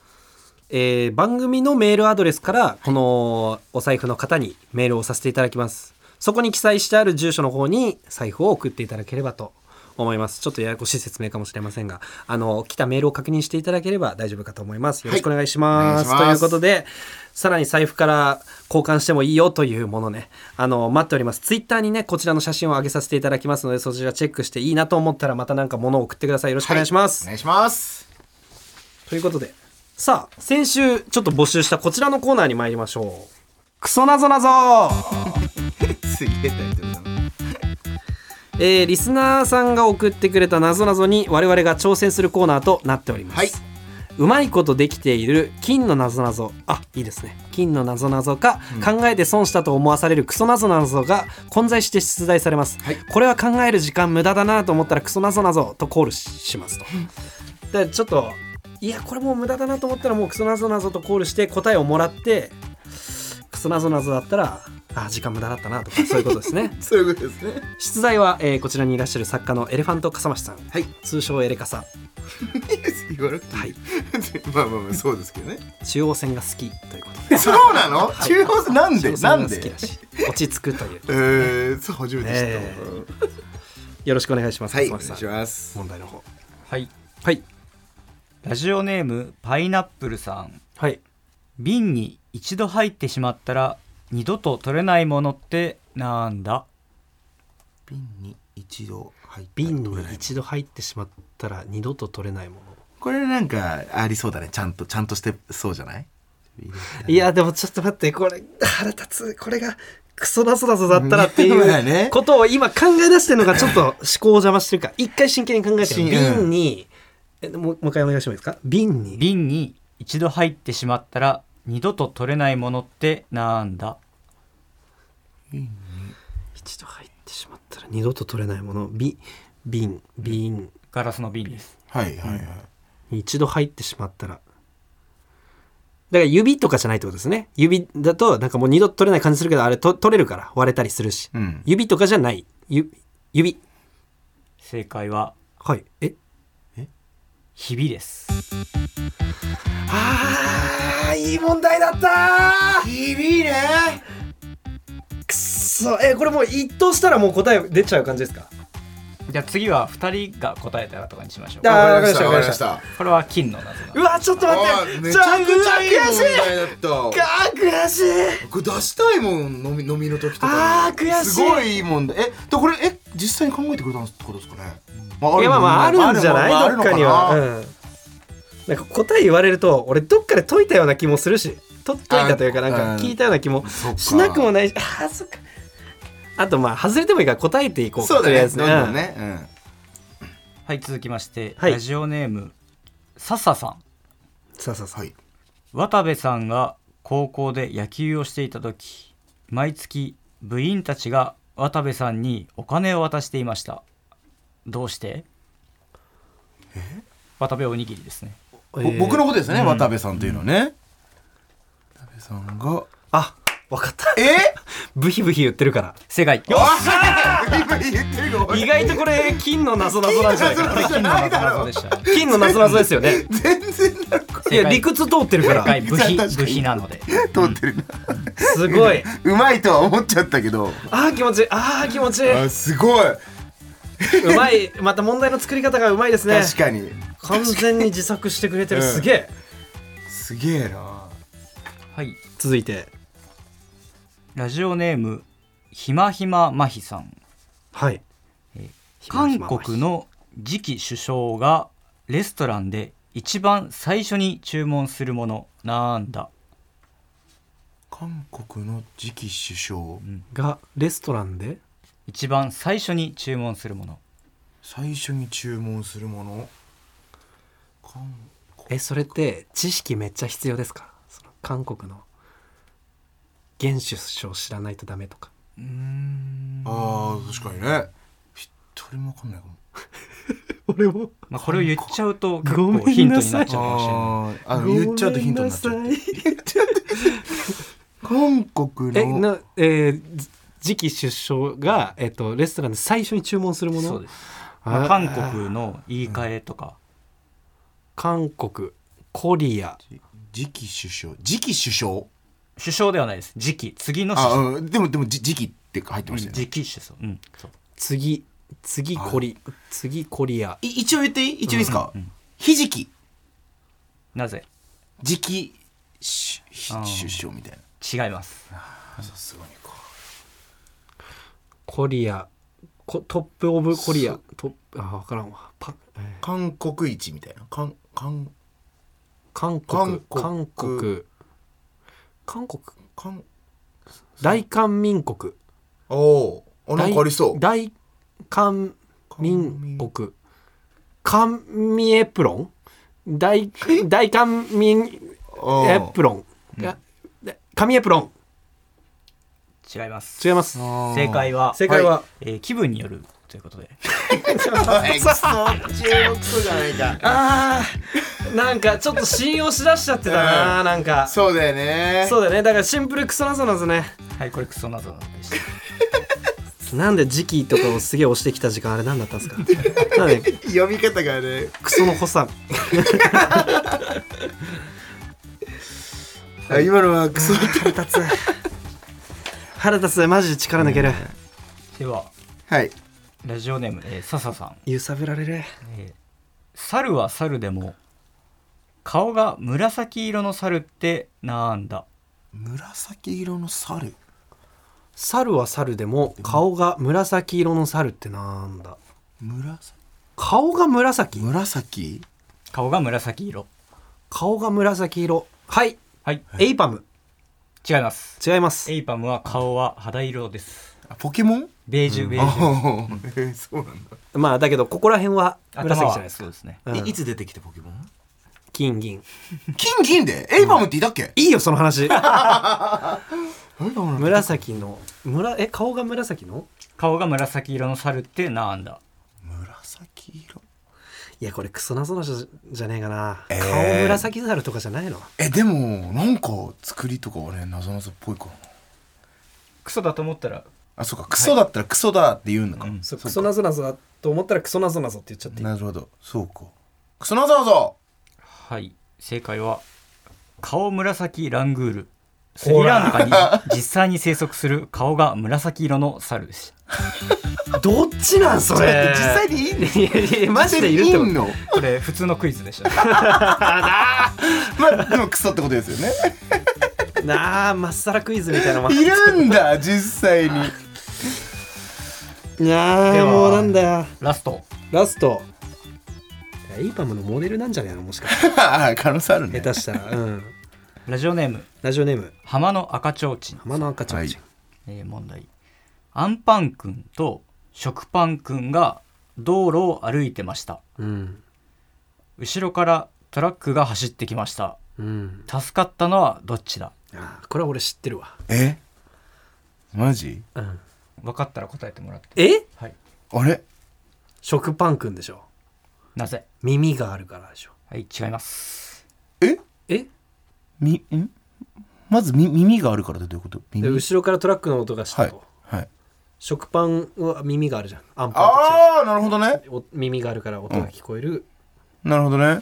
えー番組のメールアドレスからこのお財布の方にメールをさせていただきますそこに記載してある住所の方に財布を送っていただければと思いますちょっとややこしい説明かもしれませんがあの来たメールを確認していただければ大丈夫かと思いますよろしくお願いします,、はいおとい願いうしますことでさらに財布から交換してもいいよというものねあの待っておりますツイッターにねこちらの写真を上げさせていただきますのでそちらチェックしていいなと思ったらまたなんか物を送ってくださいよろしくお願いします、お願いしますということでさあ先週ちょっと募集したこちらのコーナーに参りましょうクソなぞなぞ、すげえタイトルだなえーリスナーさんが送ってくれたなぞなぞに我々が挑戦するコーナーとなっております、はいうまいことできている金のなぞなぞあいいですね金のなぞなぞか、考えて損したと思わされるクソなぞなぞが混在して出題されます、はいこれは考える時間無駄だなと思ったらクソなぞなぞとコールししますとでちょっといやこれもう無駄だなと思ったらもうクソなぞなぞとコールして答えをもらってクソなぞなぞだったらあ時間無駄だったなとかそういうこと ですねそういうことですね出題は、えーこちらにいらっしゃる作家のエレファント笠間さんはい通称エレカサ言わなくていいはい まあまあまあそうですけど ね中央線が好きということでそうなのい中央線なんで中央なん線が好きでだし 落ち着くというえー、そう初めて知った、ねよろしくお願いしますはいお願い笠間さんします問題の方はいはいラジオネームパイナップルさんはい瓶に一度入ってしまったら二度と取れないものってなんだ瓶に一度入って瓶に一度入ってしまったら二度と取れないものこれなんかありそうだねちゃんとちゃんとしてそうじゃないいやでもちょっと待ってこれ腹立つこれがクソなぞなぞだったらってまあいねうことを今考え出してるのがちょっと思考を邪魔してるから一回真剣に考えて真うん瓶にえもうもう一回お願いしてもいいですか瓶に瓶に一度入ってしまったら二度と取れないものってなんだ一度入ってしまったら二度と取れないものび瓶瓶ガラスの瓶ですはいはいはい、一度入ってしまったらだから指とかじゃないってことですね指だとなんかもう二度と取れない感じするけどあれと取れるから割れたりするし、うん指とかじゃないゆ指正解ははいえひびですあーいい問題だったひびねくっそえこれもう一答したらもう答え出ちゃう感じですかじゃあ次は二人が答えたらとかにしましょうあーわかりましたわかりましたこれは金の謎うわちょっと待あっーてめちゃくちゃいい問ちょ題だっうわた悔しいあー悔しいこれ出したいもん飲み飲みの時とかあー悔しいすごいいい問題えでこれえ実際に考えてくれたんってことですかね、まあいやまあまああるんじゃないどっかには、うんうん、なんか答え言われると俺どっかで解いたような気もするしと解いたというかあなんかうん聞いたような気もそっかしなくもないしあーそっかあとまあ外れてもいいから答えていこうかそうだとりねあえどずんどんね、うんはい続きまして、はいラジオネーム笹さんうんそうそうそう、はい渡部さんが高校で野球をしていた時毎月部員たちが渡部さんにお金を渡していましたどうして渡部おにぎりですねえぼー僕のことですね、渡部さんというのはね。渡部さんが。あわかったえ ブヒブヒ言ってるから正解よっ今言ってるよ意外とこれ金の謎謎なんじゃない かなじゃないだろでした金の謎謎ですよね全然なんかいや理屈通ってるか正解ら部確費かに部費なので通ってるな。すごいうまいとは思っちゃったけど。あー気持ちいいあー気持ちいいうあ、すごい。まいまた問題の作り方がうまいですね確かに。完全に自作してくれてるうんすげえすげえな。はい続いてラジオネームひまひままひさんはい韓国の次期首相がレストランで一番最初に注文するものなんだ韓国の次期首相。がレストランで一番最初に注文するもの最初に注文するもの。韓えそれって知識めっちゃ必要ですかその韓国の元首相知らないとダメとかああ、確かにね。一人もわかんないかも。俺もまあ、これを言っちゃうと結ご構ヒめんなントになさいっちゃうかもしれなあいーあの言っちゃうとヒントになっちゃう。韓国えのなえーず次期首相が、えっとレストランで最初に注文するものそうです、あまあ、ー韓国の言い換えとか、韓国コリア次期首相次期首相首相ではないです次期次の首あ相、うんでもでもじ次期って入ってましたよね次期首相、うん、そう次次コリ次コリアい一応言っていい一応いいですか、ひじきなぜ次期しひあー首相みたいな違いますさすがにかコリアこトップオブコリアトップあ分からんわパ、えー韓国一みたいな韓韓韓国韓韓国国韓国韓大韓民国おおーあなんかありそう大大韓民国韓民エプロン大大韓民あエープロンがで紙エプロン違います違いますあー正解は、正解は、えー気分によるということでえくそ中国そうじゃないかあーなんかちょっと信用しだしちゃってたな、うんなんかそそうだよねうだよねだからシンプルクソなぞなんですねはいこれクソ謎なんでしたなんで時期とかをすげえ押してきた時間あれ何だったんですかなんで読み方がねクソの補佐あ今のはクソ腹立つ腹立つマジで力抜ける、でははいラジオネーム、えー、笹さん、揺さぶられるえー猿は猿でも顔が紫色の猿ってなんだ紫色の猿猿は猿でも顔が紫色の猿ってなんだ紫顔が紫紫顔が紫色顔が紫色はいはいエイパム違います違いますエイパムは顔は肌色ですあポケモンベージュベあージュあ、え そうなんだ、まあだけどここら辺は頭紫じゃないはですかそうですねうんいいつ出てきたポケモン金銀金銀でエイバムっていたっけ、いいよその話 エイバムなんだ紫のむらえ顔が紫の顔が紫色の猿ってなんだ紫色いやこれクソなぞなじゃじゃねえかな、えー顔紫猿とかじゃないのえでもなんか作りとかはねなぞなぞっぽいかなクソだと思ったらあそうかクソだったらクソだって言うのか、うんそうクソなぞなぞだと思ったらクソなぞなぞって言っちゃっていいなるほどそうかクソなぞなぞはい正解は顔紫ラングールスリランカに実際に生息する顔が紫色の猿でしたどっちなんそそれってれ実際にいいんいやいやいやマジでいるってこいとんのこれ普通のクイズでしたまあでもクソってことですよね なあまっさらクイズみたいなのもいるんだ実際にいやでーはもうなんだよラストラストいやイーパムのモデルなんじゃねえのもしかしてああ 可能性あるね 下手したらうんラジオネームラジオネーム浜の赤ちょうちん、浜の赤ちゃんちゃん、えー問題アンパンくんと食パンくんが道路を歩いてましたうん後ろからトラックが走ってきました、うん、助かったのはどっちだあーこれは俺知ってるわ、えマジうん、分かったら答えてもらってえはいあれ食パンくんでしょなぜ耳があるからでしょはい違いますええみんまずみ耳があるからってどういうことで耳後ろからトラックの音がしたはいと、はい食パンは耳があるじゃんアンパああなるほどねンと違うお耳があるから音が聞こえる、なるほどね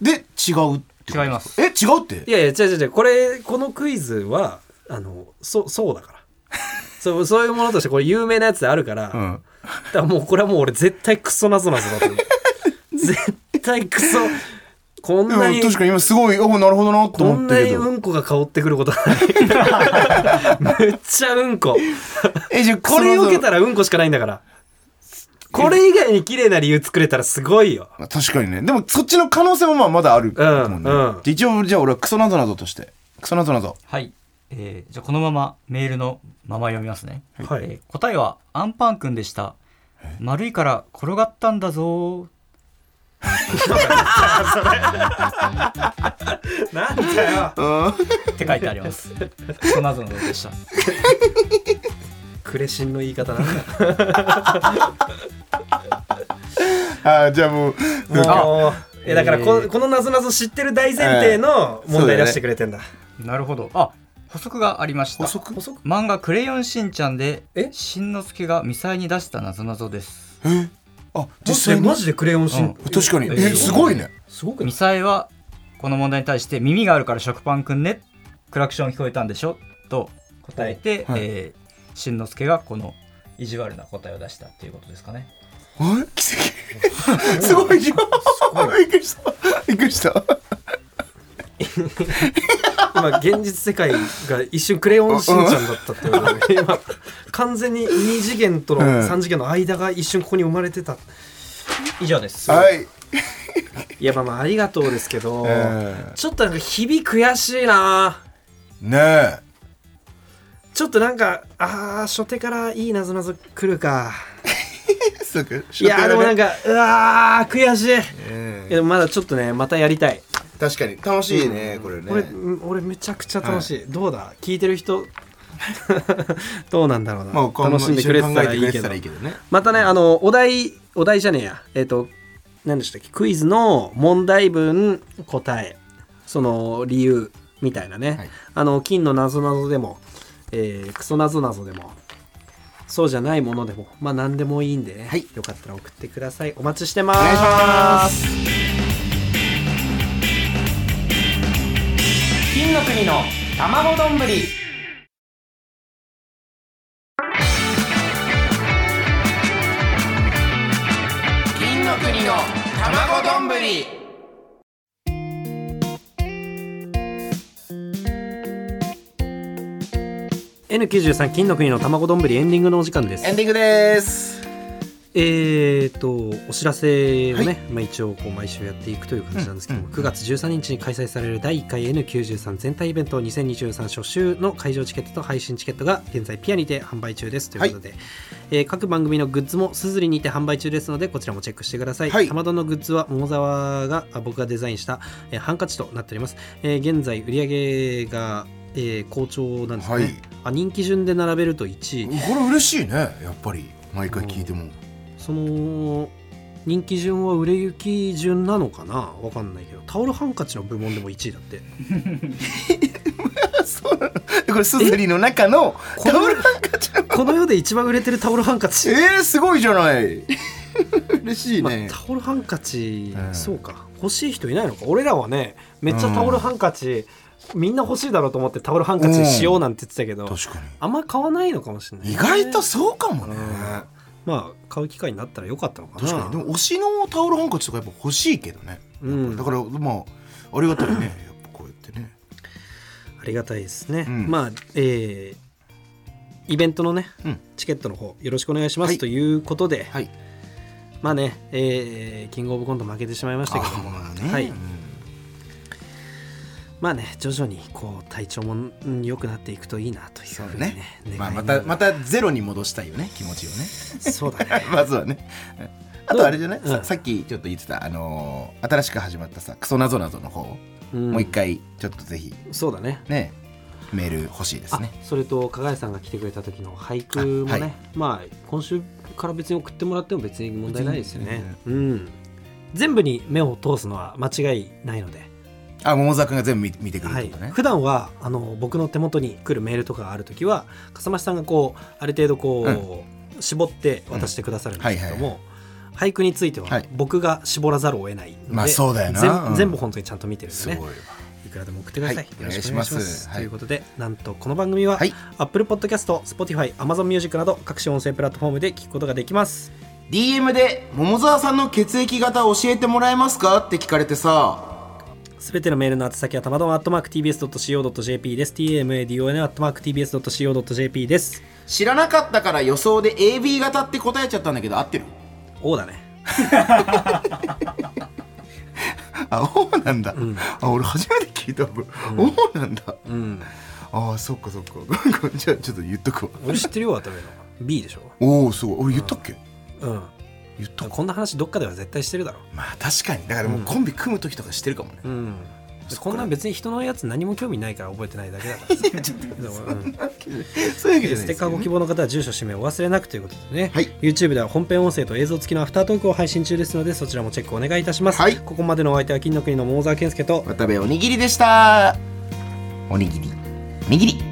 で違うってこと違いますえ違うっていやいや違う違う違うこれこのクイズはあのそそうだから そうそういうものとしてこれ有名なやつであるから、うだかんらもうこれはもう俺絶対クソなぞなぞだと 思う絶対クソこんでもなに確かに今すごいおなるほどなとこ思んったなけにうどんこが香ってくることは ないめっちゃうんこえじゃあこれ受けたららうんこしかないんだからこれ以外に綺麗な理由作れたらすごいよ確かにねでもそっちの可能性もまあまだあるもんねうんうんで一応じゃあ俺はクソなぞなぞとしてクソなぞなぞはい、えーじゃあこのままメールのまま読みますね、はいえー答えはアンパンくんでした丸いから転がったんだぞーなんだよ って書いてありますクソなぞなぞでしたクレシンの言い方なんだあーじゃあもうなんかもうえだからこ,、このなぞなぞ知ってる大前提の問題出してくれてんだ,、なるほどあ補足がありました補足細く漫画「クレヨンしんちゃん」でえしんのすけがミサイに出したなぞなぞですえあ実実際際にマジでクレヨンしん、うん確かにええすごいねすごくなミいサイはこの問題に対して「耳があるから食パンくんね」「クラクション聞こえたんでしょ」と答えて、はいえーしんのすけがこの意地悪な答えを出したっていうことですかねえ奇跡すごいじゃん びっくりしたびっくりした今現実世界が一瞬クレヨンしんちゃんだったってことで今完全に2次元とのうん3次元の間が一瞬ここに生まれてた以上ですはいいやまあまあありがとうですけど、えちょっとなんか日々悔しいなーねちょっとなんかあー初手からいいなぞなぞ来るかえすぐいやーでもなんかかうわー悔しいいやでもまだちょっとねまたやりたい確かに楽しいねこれ俺ね俺めちゃくちゃ楽しい、どうだ聞いてる人 どうなんだろうな、まあ今後楽しんでくれてたらいい一緒けに考えてくれてたどらいいけどねまたねあのお題お題じゃねえやえっ、と何でしたっけクイズの問題文答えその理由みたいなね、はいあの金のなぞなぞでも、えークソなぞなぞでもそうじゃないものでもまあ何でもいいんでね、はいよかったら送ってくださいお待ちしてまお願いしますす金の国の卵丼ぶり金の国の卵丼ぶり N93 金の国の卵丼ぶりエンディングのお時間ですエンディングですえー、とお知らせをね、はまあ、一応こう毎週やっていくという感じなんですけども、9月13日に開催される第1回 N93 全体イベント2023初週の会場チケットと配信チケットが現在ピアにて販売中ですということで、えー各番組のグッズもすずりにて販売中ですのでこちらもチェックしてください、はいたまどのグッズは桃沢があ僕がデザインした、えーハンカチとなっております、えー現在売り上げが、えー好調なんですね、はいあ人気順で並べると1位、これ嬉しいねやっぱり毎回聞いてもその人気順は売れ行き順なのかなわかんないけどタオルハンカチの部門でも1位だって そうなのこれすずりの中のこタのオルハンカチのこの世で一番売れてるタオルハンカチ、えーすごいじゃない 嬉しいまあねタオルハンカチ、うんそうか欲しい人いないのか俺らはねめっちゃタオルハンカチ、みんな欲しいだろうと思ってタオルハンカチしようなんて言ってたけど、確かあんま買わないのかもしれないにね、意外とそうかもねまあ買う機会になったらよかったのかな確かにでも推しのタオルハンカチとかやっぱ欲しいけどねうんだからまあありがたい ねやっぱこうやってねありがたいですね。うんまあ、えーイベントのね、うんチケットの方よろしくお願いします、はいということで、はいまあね、えーキングオブコント負けてしまいましたけども、あねはいうんまあね、徐々にこう体調もうん良くなっていくといいなというふそううにねね、願いまあ、まなたまたゼロに戻したいよね気持ちをねそうだね。 まずはねあとあれじゃない、うんささっきちょっと言ってたあのー新しく始まったさクソなぞなぞの方うんもう一回ちょっとぜひそうだねねメール欲しいですあねそれと加賀谷さんが来てくれた時の俳句もねあはいまあ今週から別に送ってもらっても別に問題ないですよね、うん、全部に目を通すのは間違いないので、あ桃沢君が全部見見てくれるはっていことね、普段はあの僕の手元に来るメールとかがある時は笠間さんがこうある程度こう、絞って渡してくださるんですけどうんも、俳句についてははい僕が絞らざるを得ないので、まあそうだよな全うん全部本当にちゃんと見てるんですすごいねわいくらでも送ってください、はいよろしくお願いしますお願いしますということで、なんとこの番組は、はい Apple Podcast、Spotify、Amazon Music など各種音声プラットフォームで聞くことができます。 DM で「桃沢さんの血液型教えてもらえますか?」って聞かれてさすべてのメールの宛先はたまどん @tbs.co.jp です。tmadon @tbs.co.jp です。知らなかったから予想で AB 型って答えちゃったんだけど合ってるおだね。あおうなんだ、あ俺初めて聞いた僕、おうなんだ、うん。ああそっかそっかごめんごめんじゃあちょっと言っとくわ俺知ってるよ、渡辺の。B でしょ。おおすごい俺言ったっけ、うん。言ったこんな話どっかでは絶対してるだろ。まあ確かにだからもうコンビ組む時とかしてるかもね、 うん。こんなん別に人のやつ何も興味ないから覚えてないだけだか らさ。でもうそういんうわけじゃなスいテでッすカーご希望の方は住所氏名をお忘れなくということでね、はい YouTube では本編音声と映像付きのアフタートークを配信中ですのでそちらもチェックお願いいたします、はいここまでのお相手は金の国の桃沢健介と渡部おにぎりでしたおにぎりおにぎり